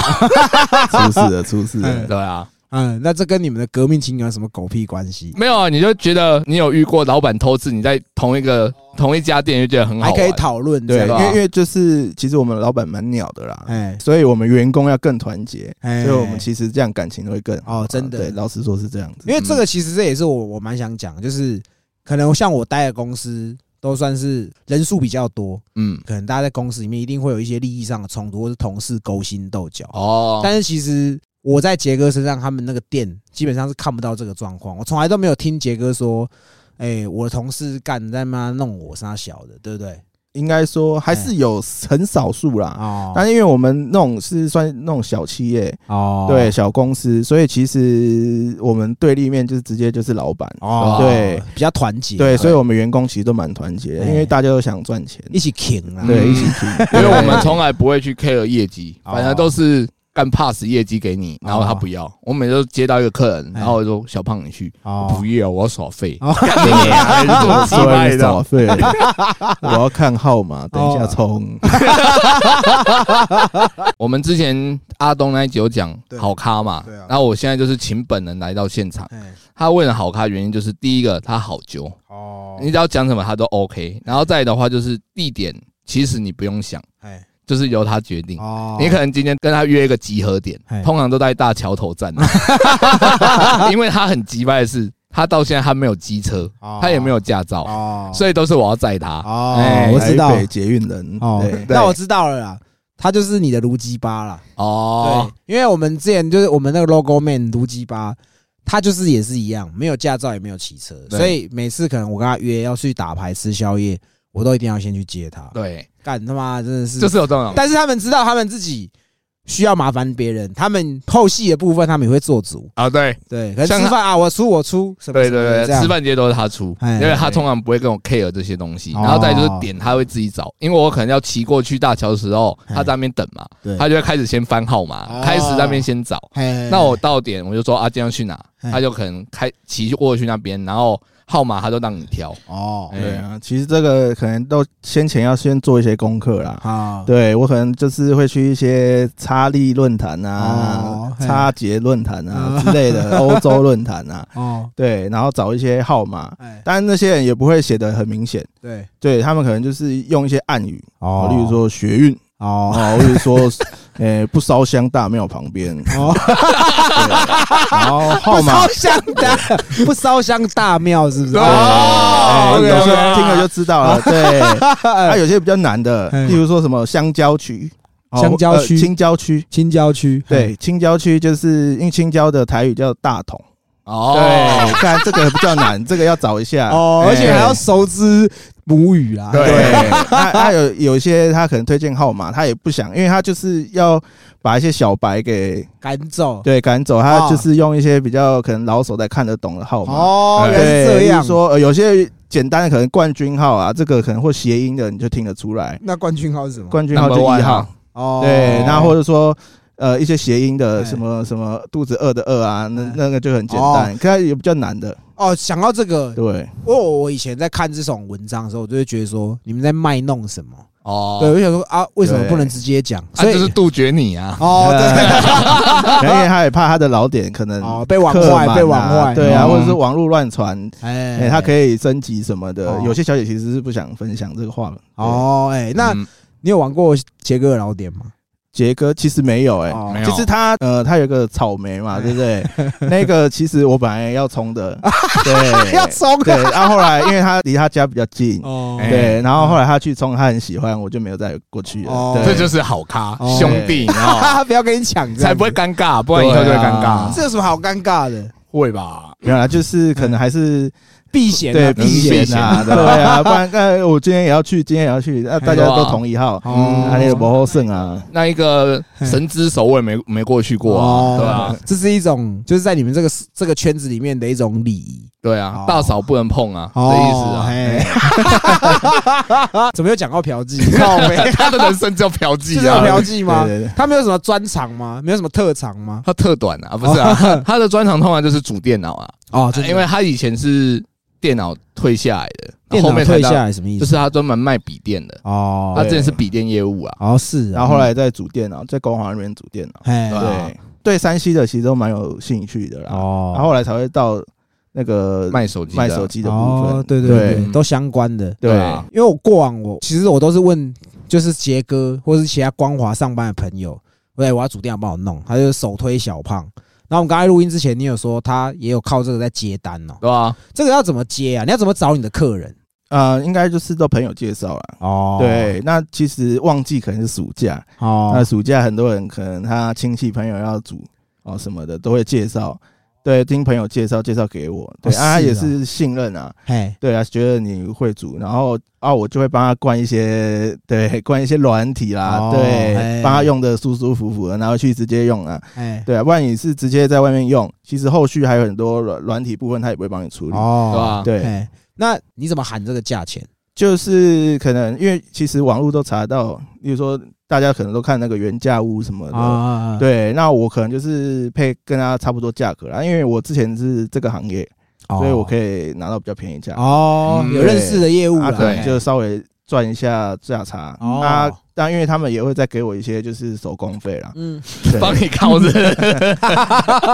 出事了，出事了哎。对啊，嗯，那这跟你们的革命情感有什么狗屁关系？没有啊，你就觉得你有遇过老板偷吃，你在同一个同一家店就觉得很好还玩，可以讨论这对，样因吧为因为就是其实我们老板蛮鸟的啦，哎所以我们员工要更团结，哎所以我们其实这样感情会更好哦真的对，老实说是这样子。因为这个其实这也是我我蛮想讲，就是可能像我待的公司都算是人数比较多，嗯，可能大家在公司里面一定会有一些利益上的冲突，或是同事勾心斗角。哦，但是其实我在杰哥身上，他们那个店基本上是看不到这个状况，我从来都没有听杰哥说。哎、我的同事干在妈弄我杀小的，对不对？应该说还是有很少数啦。哦哎但因为我们那种是算那种小企业，哦，对小公司，所以其实我们对立面就是直接就是老板，哦，对，比较团结，啊对，所以我们员工其实都蛮团结的，哎因为大家都想赚钱，一起挺啊啦，对，嗯一起拼， 因为我 们从来不会去 care 业绩，哦反正都是干 pass 业绩给你，然后他不要。我每次都接到一个客人，哎然后我说：“小胖，你去。”哦不要，我要耍废。哦干 你娘你这 么啊鸡所掰以的早费，我要看号码，等一下哦冲，我们之前阿东那一集有讲对好咖嘛对啊，然后我现在就是请本人来到现场。哎他为了好咖，原因就是第一个他好揪，哦你只要讲什么他都 OK。然后再来的话就是地点，其实你不用想，哎就是由他决定。哦你可能今天跟他约一个集合点嘿，通常都在大桥头站，啊 因为他很急败的是，他到现在他没有机车哦，他也没有驾照，哦，所以都是我要载他。哦哎我知道台北捷运人，哦对，，那我知道了啦，他就是你的卢基巴啦。哦，对，因为我们之前就是我们那个 logo man 卢基巴，他就是也是一样，没有驾照也没有骑车，对所以每次可能我跟他约要去打牌吃宵夜，我都一定要先去接他。对，干他妈真的是，就是有这种。但是他们知道他们自己需要麻烦别人，他们后戏的部分他们也会做足。啊，对对，可能像吃他饭啊，我出我出，什么对什么对的这对，样吃饭这些都是他出，哎因为他通常不会跟我 care 这些东西。哦然后再就是点，他会自己找，因为我可能要骑过去大桥的时候，哎他在那边等嘛对，他就会开始先翻号码哦，开始在那边先找。嘿那我到点我就说啊，今天要去哪？哎他就可能开骑过去那边，然后号码他就让你挑。哦哎对啊，其实这个可能都先前要先做一些功课啦。好对我可能就是会去一些差利论坛啊哦、嘿差捷论坛啊嗯之 类的，欧洲论坛啊，哦对，然后找一些号码，哎当然那些人也不会写的很明显，对对他们可能就是用一些暗语，哦啊，例如说学运哦啊，或者说， 诶不烧香大庙旁边，哦。 然后号不码烧。香的， 不烧香大庙是不是？哦对哦哎有 OK，些 OK 听了就知道了，对。哎啊，有些比较难的，嗯例如说什么香蕉区、哦香蕉区哎呃青蕉区，青郊区，对，青郊区就是因为青蕉的台语叫大桶，哦，对，看这个比较难，这个要找一下哦，哎而且还要熟知母语啦。对 对，他他有有一些他可能推荐号码，他也不想，因为他就是要把一些小白给赶走。对赶走，他啊就是用一些比较可能老手才看得懂的号码，哦，哎原来是对，这例样如。说呃有些简单的可能冠军号啊，这个可能或谐音的你就听得出来，那冠军号是什么？冠军号就 Number one 一号啊。嗯哦，对，那或者说呃一些谐音的哎什么什么肚子饿的饿啊，那哎那个就很简哦单，可它也比较难的，哦，想到这个， 对，我我以前在看这种文章的时候，我就会觉得说，你们在卖弄什么？哦，对，我想说啊，为什么对不能直接讲？他所以就是杜绝你啊。 哦，对，然后因为他也怕他的老点可能 哦，被玩刻坏，满啊被玩坏，哦对啊，嗯或者是网络乱传，哎哎，他可以升级什么的哦，有些小姐其实是不想分享这个话的。对，哦，哎，那嗯你有玩过杰哥的老点吗？杰哥其实没有哎。哦没有其实他呃，他有一个草莓嘛，哎对不对？ 那个其实我本来要冲的，对要冲啊对，然后后来因为他离他家比较近，哦哎对，然后后来他去冲，他很喜欢，我就没有再过去了哦。对这就是好咖哦兄弟，你知道吗 他 不要跟你抢这样子，才不会尴尬，不然以后就会尴对尬啊。这有什么好尴尬的？会吧？没有啦，就是可能还是避嫌啊对避避嫌嫌啊，对 啊，不然呃我今天也要去，今天也要去，那大家都同一号，哦啊，那个不好胜啊，那一个神之手我也没没过去过啊，哦对啊，这是一种就是在你们这个这个圈子里面的一种礼仪对哦啊，大嫂不能碰啊，这意思啊。思啊。 怎么又讲到嫖 妓？啊靠呗，他的人生叫嫖这妓是 有啊，嫖妓哦吗对对对？他没有什么专长吗？没有什么特长吗？他特短啊，不是啊， 他他的专长通常就是主电脑啊，哦，因为他以前是电脑退下来的，电后脑面才退到下来什么意就思？是他专门卖笔电的，哦他之前是笔电业务啊。哦是啊，然后后来在组电脑，在光华那边组电脑，哎对啊对对，山西的其实都蛮有兴趣的啦，哦，然后后来才会到那呃个卖手机的卖手机的部哦分，对对对对，都相关的。对对啊因为我过往我其实我都是问，就是杰哥或是其他光华上班的朋友，对，我要主电脑帮我弄，他就手推小胖。然后我们刚才录音之前，你有说他也有靠这个在接单哦，对啊，这个要怎么接啊？你要怎么找你的客人？啊，应该就是都朋友介绍啦。哦，对，呃那其实旺季可能是暑假，那哦，暑假很多人可能他亲戚朋友要煮哦什么的，都会介绍。对，听朋友介绍介绍给我，对哦啊，他是也哦是信任啊，嘿，对啊，觉得你会煮，然后啊，我就会帮他灌一些， 对，灌一些软体啦，哦哎对，帮他用的舒舒服服的，然后去直接用啊，哎，对啊，不然你是直接在外面用，其实后续还有很多软软体部分他也不会帮你处理，对哦吧，对，哎，那你怎么喊这个价钱？就是可能因为其实网络都查得到，例如说大家可能都看那个原价屋什么的。啊，对，那我可能就是配跟他差不多价格啦，因为我之前是这个行业，哦，所以我可以拿到比较便宜价。哦，嗯有认识的业务啦，啊，可能对就稍微赚一下价差。哦啊，但因为他们也会再给我一些就是手工费啦，嗯，帮对，你靠着，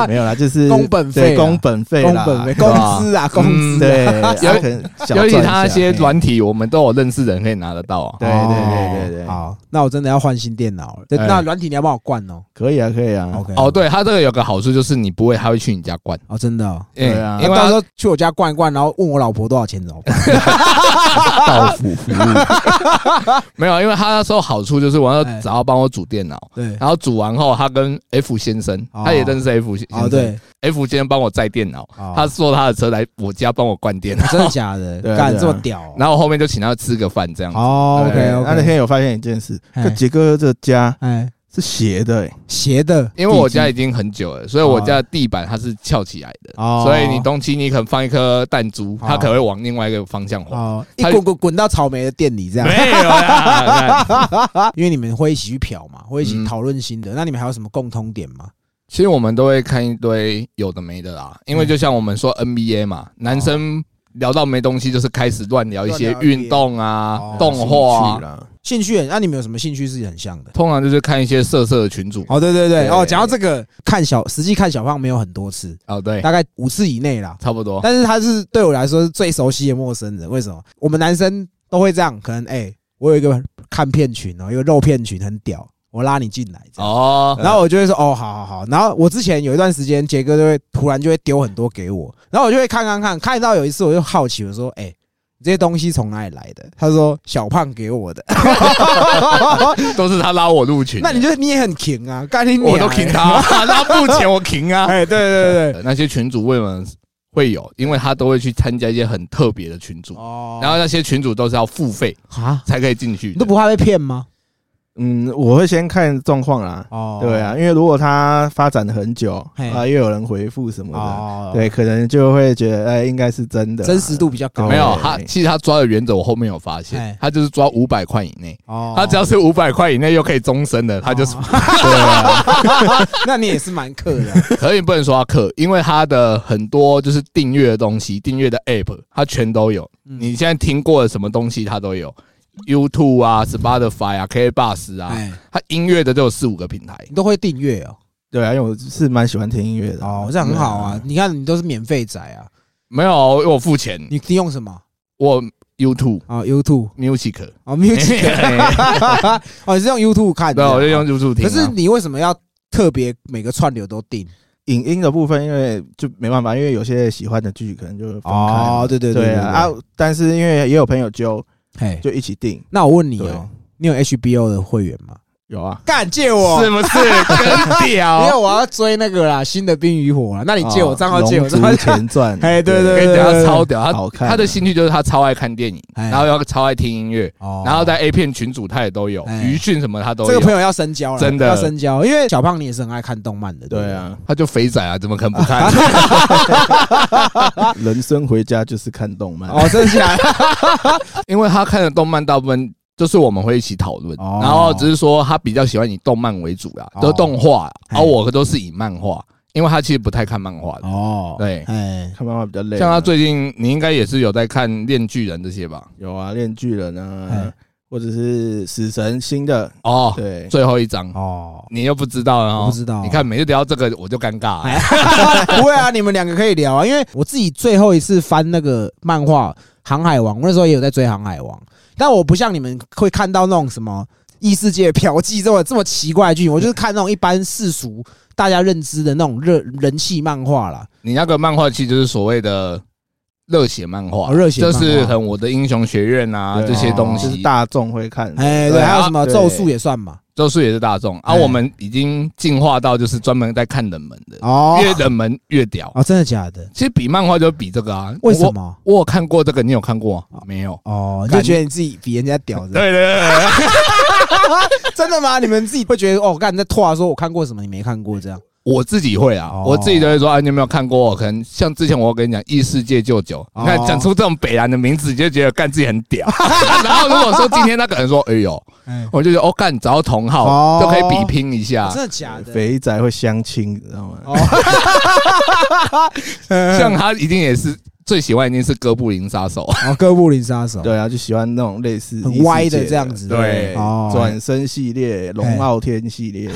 没有啦，就是工本费对啦工本费工啦，本费、对吧工资啊，工资，对，尤有可能小尤其赚一他那下些，软体，我们都有认识的人可以拿得到啊。对对对对对哦好，那我真的要换新电脑了。哎那软体你要帮我灌哦。可以啊，可以啊。 OK，哦，，对，它这个有个好处就是你不会，它会去你家灌，哦，真的哦。嗯对啊那因为到时它候去我家灌一灌，然后问我老婆多少钱怎 么办？到府服务，没有，因为它那时候好处就是我要哎找他帮我煮电脑，对，然后煮完后，他跟 F 先生，哦他也认识 F 先哦生，对， ，F 先生帮我载电脑，哦他坐他的车来我家帮我灌电脑，真的假 的？对啊干对啊这么屌哦？然后后面就请他吃个饭这样子。哦，OK 对啊那那 OK，天有发现一件事，哎就杰哥这家哎，是斜的，欸斜的因为我家已经很久了，所以我家的地板它是翘起来的，哦，所以你东西你可能放一颗弹珠，它哦可能会往另外一个方向滑。哦，一它滚滚滚到草莓的店里这样。 没有啦，看 因为你们会一起去嫖嘛，会一起嗯讨论新的。那你们还有什么共通点吗？其实我们都会看一堆有的没的啦，因为就像我们嗯说 NBA 嘛，男生聊到没东西就是开始乱聊一些乱聊 NBA 运动啊哦、动画兴趣啊，啦，兴趣？那你们有什么兴趣是很像的？通常就是看一些色色的群主。哦，对对对，对哦，讲到这个，看小实际看小胖没有很多次，哦，对，大概五次以内啦。差不多。但是他是对我来说是最熟悉的陌生人。为什么？我们男生都会这样，可能哎、我有一个看片群哦，有一个肉片群很屌，我拉你进来这样。哦，然后我就会说哦，好好好。然后我之前有一段时间，杰哥就会突然就会丢很多给我，然后我就会看看看，看到有一次我就好奇，我说哎、你这些东西从哪里来的？他说小胖给我的。都是他拉我入群的，那你就你也很勤啊，干你娘我都停他、他付钱我停啊。哎，对对对 对，那些群主为什么会有？因为他都会去参加一些很特别的群组，哦然后那些群主都是要付费啊，才可以进去你的。都不怕被骗吗？嗯，我会先看状况啦。哦对啊，因为如果它发展了很久嘿啊，又有人回复什么的，哦，对，可能就会觉得，哎，应该是真的啦，真实度比较高，啊没有对他，其实他抓的原则我后面有发哦哎现，他就是抓五百块以内，哦他只要是五百块以内又可以终身的，他就是 哦那你也是蛮克 的啊，可以不能说他氪，因为他的很多就是订阅的东西，订阅的 app 他全都有。嗯你现在听过的什么东西他都有，YouTube 啊、Spotify 啊、K Bus 啊，哎，他音乐的都有四五个平台。你都会订阅哦，对啊，因为我是蛮喜欢听音乐的。哦，这样很好啊，你看你都是免费仔啊，没有，哦我付钱，你你用什么我 YouTube 啊？YouTube Music，哦，Music 哦，你是用 YouTube 看的，哦对，我就用。YouTube 听啊。可是你为什么要特别每个串流都订？影音的部分，因为就没办法，因为有些喜欢的剧可能就分开嘛。哦，对对对啊啊啊，！但是因为也有朋友揪，嘿，就一起订。那我问你对，哦，你有 HBO 的会员吗？有啊，干借我，是不是跟 因为屌？我要追那个啦，新的《冰与火》啦。那你哎借我账号，借我啊龙账号，族。前传 哎对对跟对你讲，他超屌，好他看啊他的兴趣就是他超爱看电影，哎然后要超爱听音乐，哦然后在 A 片群组他也都有哎，余讯什么他都这个朋有。友要深交了，真的要深交，因为小胖你也是很爱看动漫的，不对，啊，他就肥仔啊，怎么可能不看？ 人生回家就是看动漫。啊哦，真的 假的？因为他看的动漫大部分就是我们会一起讨论，哦然后只是说他比较喜欢以动漫为主啦，哦都动画啦，哎而我都是以漫画，因为他其实不太看漫画的。哦，对，哎，看漫画比较累啊，像他最近你应该也是有在看《恋巨人》这些吧？有啊，《炼巨人》啊哎，或者是《死神》新的，哦，对，最后一章哦，你又不知道了哦，我不知道你看每次聊这个我就尴尬哎， 不会啊，你们两个可以聊啊，因为我自己最后一次翻那个漫画《航海王》，我那时候也有在追《航海王》，但我不像你们会看到那种什么异世界嫖妓这么这么奇怪的剧，我就是看那种一 般世俗大家认知的那种热人气漫画啦。你那个漫画其实就是所谓的热血漫画，哦热血漫就画是很我的英雄学院啊对这些东哦西。就是大众会看的。哎，对，对还有啊什么对咒术也算嘛？周叔也是大众啊，哎我们已经进化到就是专门在看冷门的，哦越冷门越屌。哦，真的假的？其实比漫画就比这个啊，为什么？我？我有看过这个，你有看过吗？没有。哦，你感就觉得你自己比人家屌的，对对对对，对 真的吗？你们自己会觉得哦，干你在拓啊说我看过什么，你没看过这样？我自己会啊哦，我自己都会说啊，你有没有看过？可能像之前我跟你讲《异世界舅舅》，你看哦讲出这种北兰的名字，你就觉得干自己很屌。 然后如果说今天他可能说，哎呦，嗯，我就觉得哦，干找到同哦号都可以比拼一下，真的假的？肥仔会相亲，你知道吗？哦，像他一定也是最喜欢，一定是哥布林杀 手。啊哦，哥布林杀手，对啊，就喜欢那种类似异很世歪的界这样子，对哦，哎转身系列、龙傲天系列，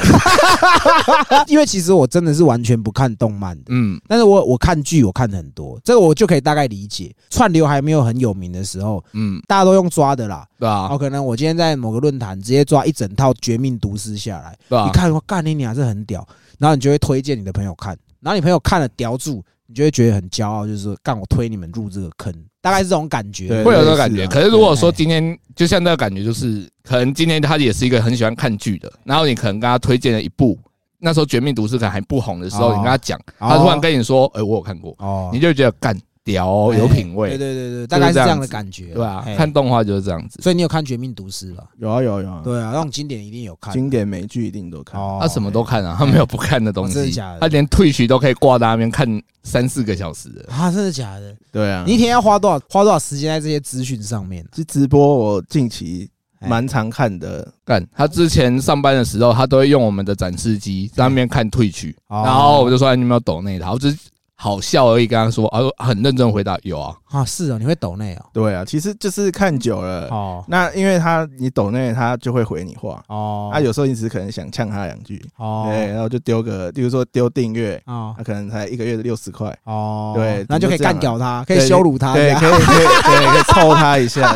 因为其实我真的是完全不看动漫的，嗯，但是我我看剧我看很多，这个我就可以大概理解。串流还没有很有名的时候，嗯，大家都用抓的啦。对啊吧、哦，可能我今天在某个论坛直接抓一整套《绝命毒师》下来，对吧、啊你看我干你娘，这很屌，然后你就会推荐你的朋友看，然后你朋友看了屌住，你就会觉得很骄傲，就是说干我推你们入这个坑，大概是这种感觉对。会有这个感觉。类似啊可是如果说今天，就像那个感觉，就是可能今天他也是一个很喜欢看剧的，然后你可能跟他推荐了一部，那时候《绝命毒师》可能还不红的时候，哦你跟他讲，哦他突然跟你说：“哎，我有看过。哦”哎你，就觉得干屌哦，有品对味，对对对，哎大概是这样的就是这样子感觉，啊对吧嘿？看动画就是这样子。所以你有看《绝命毒师》吧？有啊有啊有啊，对啊，那种经典一定有看。经典美剧一定都看。哦他什么都看啊，他没有不看的东哦真的西假的，他连退学都可以挂在那边看三四个小时的。啊，真的假的？对啊，你一天要花多少花多少时间在这些资讯上面？是直播，我近期哎蛮常看的，干，他之前上班的时候，他都会用我们的展示机在那边看退曲，哦然后我就说哎你有没有抖那套，我只是好笑而已，跟他说，哦啊，很认真回答有啊，啊，是哦，你会抖内哦。对啊，其实就是看久了。哦那因为他你抖内，他就会回你话。哦他有时候你只是可能想呛他两句，哎对，哦然后就丢个，例如说丢订阅，哦他可能才一个月六十块，哦，对那就可以怎么这样干掉啊他，可以羞辱他。对，这样可以可以对，可以凑他 一下。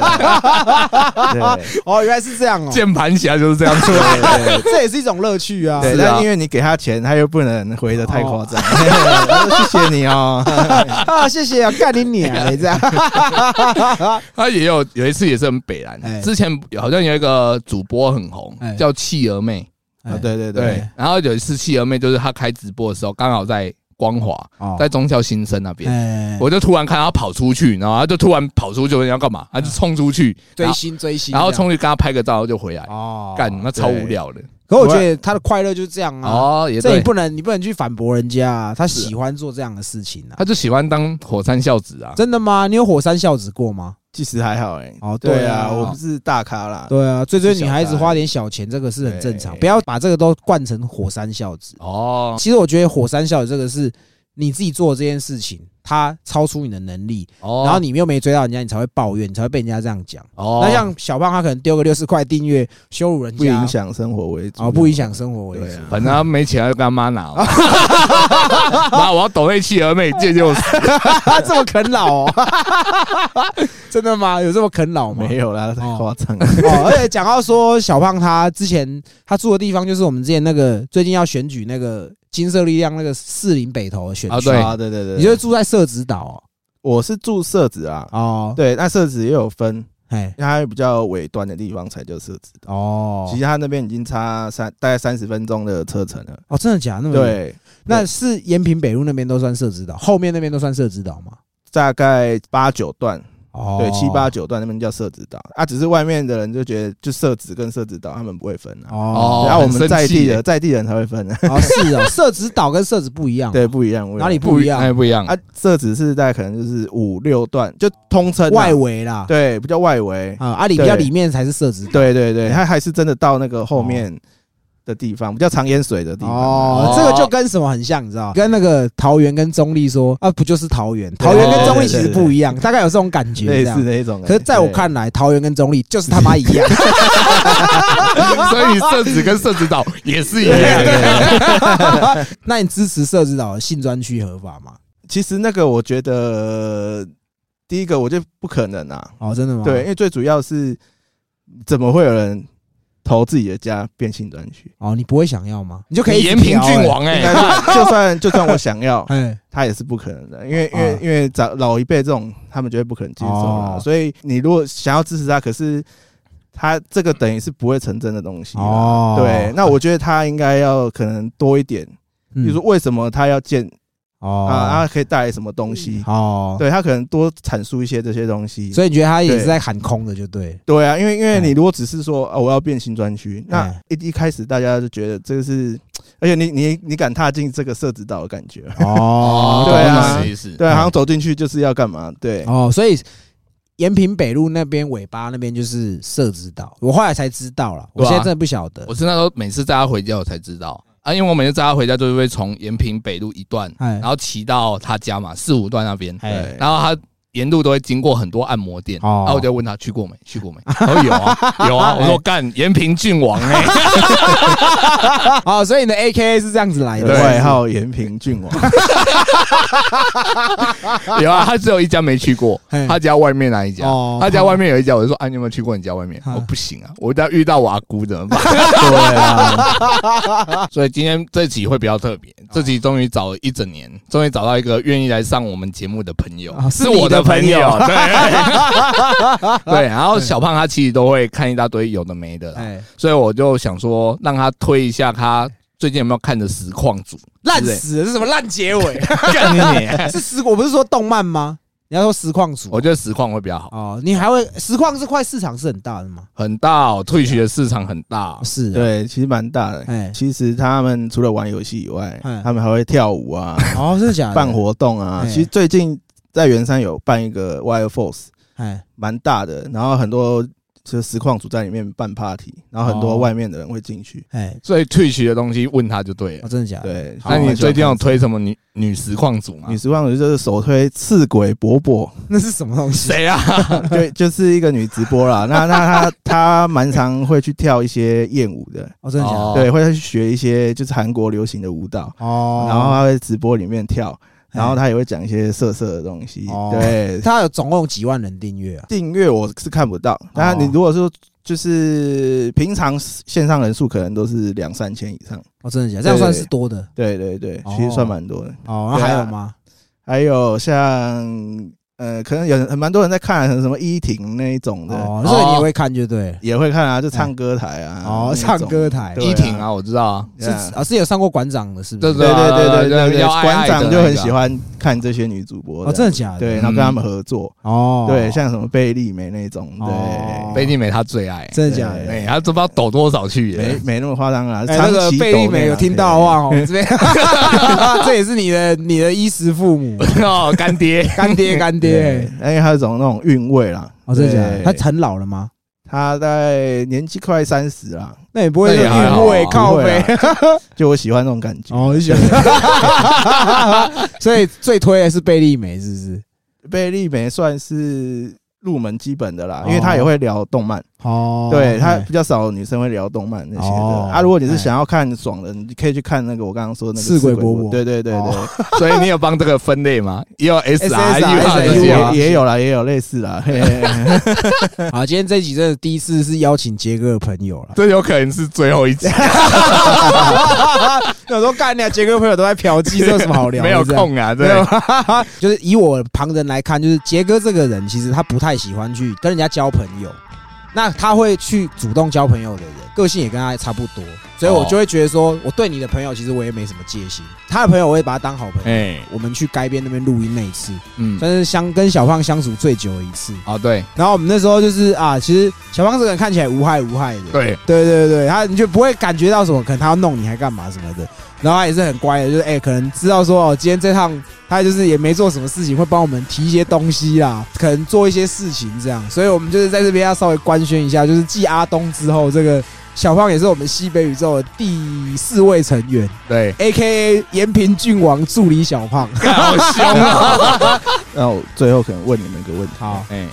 对哦，原来是这样哦，键盘侠就是这样 出来。对对这也是一种乐趣啊。对，是啊但因为你给他钱，他又不能回的太夸张。他说 谢谢你哦，啊，谢谢啊，干你娘 嘞，这样。他也有有一次也是很北哎蓝，之前好像有一个主播很红哎，叫企鹅妹，啊对对对对，然后有一次企鹅妹就是她开直播的时候，刚好在光华，哦在中校新生那边。哎，我就突然看她跑出去，然后她就突然跑出去，你要干嘛？她就冲出去，然追后星追星，然后这样冲去跟她拍个照就回来，哦干那超无聊的。可我觉得他的快乐就是这样啊。哦，也这对你，不能，你不能去反驳人家啊，他喜欢做这样的事情啊。他就喜欢当火山孝子啊。真的吗？你有火山孝子过吗？其实还好哎。哦对对啊啊，我不是大咖啦。对啊，追追是女小孩子白花点小钱，这个是很正常，对不要把这个都惯成火山孝子。哦，其实我觉得火山孝子这个是你自己做这件事情，它超出你的能力，哦，然后你又没追到人家，你才会抱怨，你才会被人家这样讲。哦，那像小胖他可能丢个六十块订阅，羞辱人家，不影响生活为主哦，不影响生活为对主。啊，反正他没钱，要跟他妈 拿嘛。妈，我要抖那企鹅妹，借就他啊这么啃老哦， 真的吗？有这么啃老吗？没有啦，太夸张了。哦，而且讲到说小胖他之前他住的地方，就是我们之前那个最近要选举那个金色力量那个士林北投的选啊区，对啊，对对对，你就住在社子岛我是住社子啊，哦，哦，对，那社子也有分，哎，它比较尾端的地方才叫社子。哦其，实它那边已经差三大概三十分钟的车程了。哦，真的假的？那么远，对，那是延平北路那边都算社子岛，后面那边都算社子岛吗？大概八九段，哦，对，七八，九段那边叫社子岛啊，只是外面的人就觉得就社子跟社子岛他们不会分啊，哦，哦然后我们很生在地气的耶在地人才会分啊，哦，是 哦，社子岛跟社子不一样，对，，不一样，不一样哦哪里不 一样？哎不一样啊？社子是在可能就是五六段就通称啊外，围啦，对，比较外围，啊，阿里比较里面才是社子岛。对对对，它还是真的到那个后面的地方，比较常淹水的地方啊。哦哦，这个就跟什么很像，你知道？跟那个桃园跟中立说啊，不就是桃园？桃园跟中立其实不一样，大概有这种感觉，类这似样。的一种感觉，可是在我 看来，桃园跟中立就是他妈一样， 所以社子跟社子岛也是一对，对样。对对那你支持社子岛的性专区合法吗？其实那个我觉得，第一个我就不可能啊，哦，真的吗？对，因，为最主要是怎么会有人投自己的家变性专区？哦，你不会想要吗？你就可以一直欸延平嫖郡，王应哎该，是就算就算我想要， 哎，他也是不可能的，因为因为啊因为早老一辈这种他们绝对不可能接受哦啊了，所以你如果想要支持他，可是它这个等于是不会成真的东西啦。哦对，那我觉得它应该要可能多一点，比比如说为什么它要建嗯哦啊，它可以带来什么东西？哦，对，它可能多阐述一些这些东西。所以你觉得他也是对在喊空的，就对。对啊，因为因为嗯你如果只是说啊，我要变新专区，那嗯一一开始大家就觉得这个是，而且你你你敢踏进这个社子岛的感觉，哦对啊意思意思。对啊，嗯好像走进去就是要干嘛？对，哦，所以延平北路那边尾巴那边就是社子岛，我后来才知道了，我对啊现在真的不晓得我。是那时候每次载他回家，我才知道啊，因为我每次载他回家就是会从延平北路一段，哎然后骑到他家嘛，四五段那边，哎对，然后他沿路都会经过很多按摩店，哦然后我就问他去过没？去过没？他说有啊，有啊。我说干，延平郡王哎，哦，所以你的 A K A 是这样啊子来的，对外号延平郡王， 有啊，他只有一家没去过嘿，他家外面那一家哦，他家外面有一家，我就说啊，你有没有去过你家外面？嗯我不行啊，我一旦遇到我阿姑怎么 办？对啊，所以今天这集会比较特别，这集终于找了一整年，终于找到一个愿意来上我们节目的朋友啊，是你我的朋朋友对， 对。然后小胖他其实都会看一大堆有的没的啦，哎，所以我就想说让他推一下他最近有没有看的实况 组，烂死了，是什么烂结尾？干你！ 是实，我不是说动漫吗？你要说实况组我觉得实况会比较好，哦，你还会实况这块市场是很大的吗？很大哦，退学的市场很大哦，是，，对，其实蛮大的。 哎，其实他们除了玩游戏以外嗯，他们还会跳舞啊，哦，真的假的？办，活动啊。哎其实最近在圆山有办一个 Wire Force，哎，蛮大的，然后很多就是实况组在里面办 party，然后很哦多外面的人会进去。哎，所以退学的东西问他就对了哦，。真的假的？对，那你最近有要推什么女女实况组吗啊女？实况组就是首推赤鬼伯伯， 那是什么东西？谁啊？就就是一个女直播啦。那那她她蛮常会去跳一些艳舞的，哦，真的假的？哦对，会去学一些就是韩国流行的舞蹈，哦，然后她会直播里面跳，哎然后她也会讲一些色色的东西哦。 对，他有总共有几万人订阅啊？订阅我是看不到，哦那你如果说。就是平常线上人数可能都是两三千以上，哦，真的假的？这样算是多的对对对，哦其实算蛮多的。哦。那还有吗？还有像呃，可能有很蛮多人在看，可能什么依婷那一种的、哦，所以你也会看就对了。也会看啊，就唱歌台啊，哦，那唱种歌台对依婷啊，我知道啊，是对啊啊，是有上过馆长的，是不对是？对啊对对对对对对对，要爱爱馆的长就那很个喜欢看这些女主播哦，真的假的？对，然后跟他们合作，哦，对，像什么贝利美那种，哦对，贝利美她最爱，真的假的？哎、她都不知道抖多少去没耶。没那么夸张啦，哎，那长个期贝抖利美内啊有啦听到的，话哦，这边 这也是你的你的衣食父母， 哦，干 爹，干爹干对爹，，哎，还有一种那种韵味啦，哦，真的假的？对他很老了吗？他大概年纪快三十哎啦，那也不会那是也还韵好味啊靠不会背啦 就我喜欢那种感觉。哦，你喜欢， 所以最推的是贝利美，是不是？贝利美算是入门基本的啦哦，因为他也会聊动漫，哦，对他哎比较少女生会聊动漫那些哦的。啊，如果你哎是想要看爽的，你可以去看那个我刚刚说的那个四鬼鬼伯伯对对对哦 对，所以你有帮这个分类吗？也有 S R U E SRU 啊对这些有啊哎也也有啦，也有类似啦。嘿嘿 嘿好，今天这一集真的第一次是邀请杰哥的朋友 了。这有可能是最后一集，有时候干你啊，杰哥的朋友都在嫖妓，这有什么好聊？ 没有，空啊，没对有。就是以我旁人来看，就是杰哥这个人，其实他不太喜欢去跟人家交朋友。那他会去主动交朋友的人，个性也跟他差不多，所以我哦就会觉得说，我对你的朋友其实我也没什么戒心，他的朋友我会把他当好朋友。哎，我们去街边那边录音那一次，嗯，算是相跟小胖相处最久的一次。哦，对然后我们那时候就是啊，其实小胖这个人看起来无害无害的，对，对对对，他你就不会感觉到什么，可能他要弄你还干嘛什么的。然后他也是很乖的，就是哎、可能知道说哦，今天这趟他就是也没做什么事情，会帮我们提一些东西啦，可能做一些事情这样。所以我们就是在这边要稍微官宣一下，就是继阿东之后，这个小胖也是我们西北宇宙的第四位成员 对， ，A K A 延平郡王助理小胖。干好凶啊！那我最后可能问你们一个问题，好， 哎，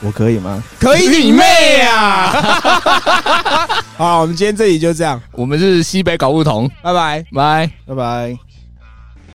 我可以吗？可以哎你妹啊！ 啊！好，我们今天这里就这样，我们是西北搞不同，拜拜。拜。拜拜。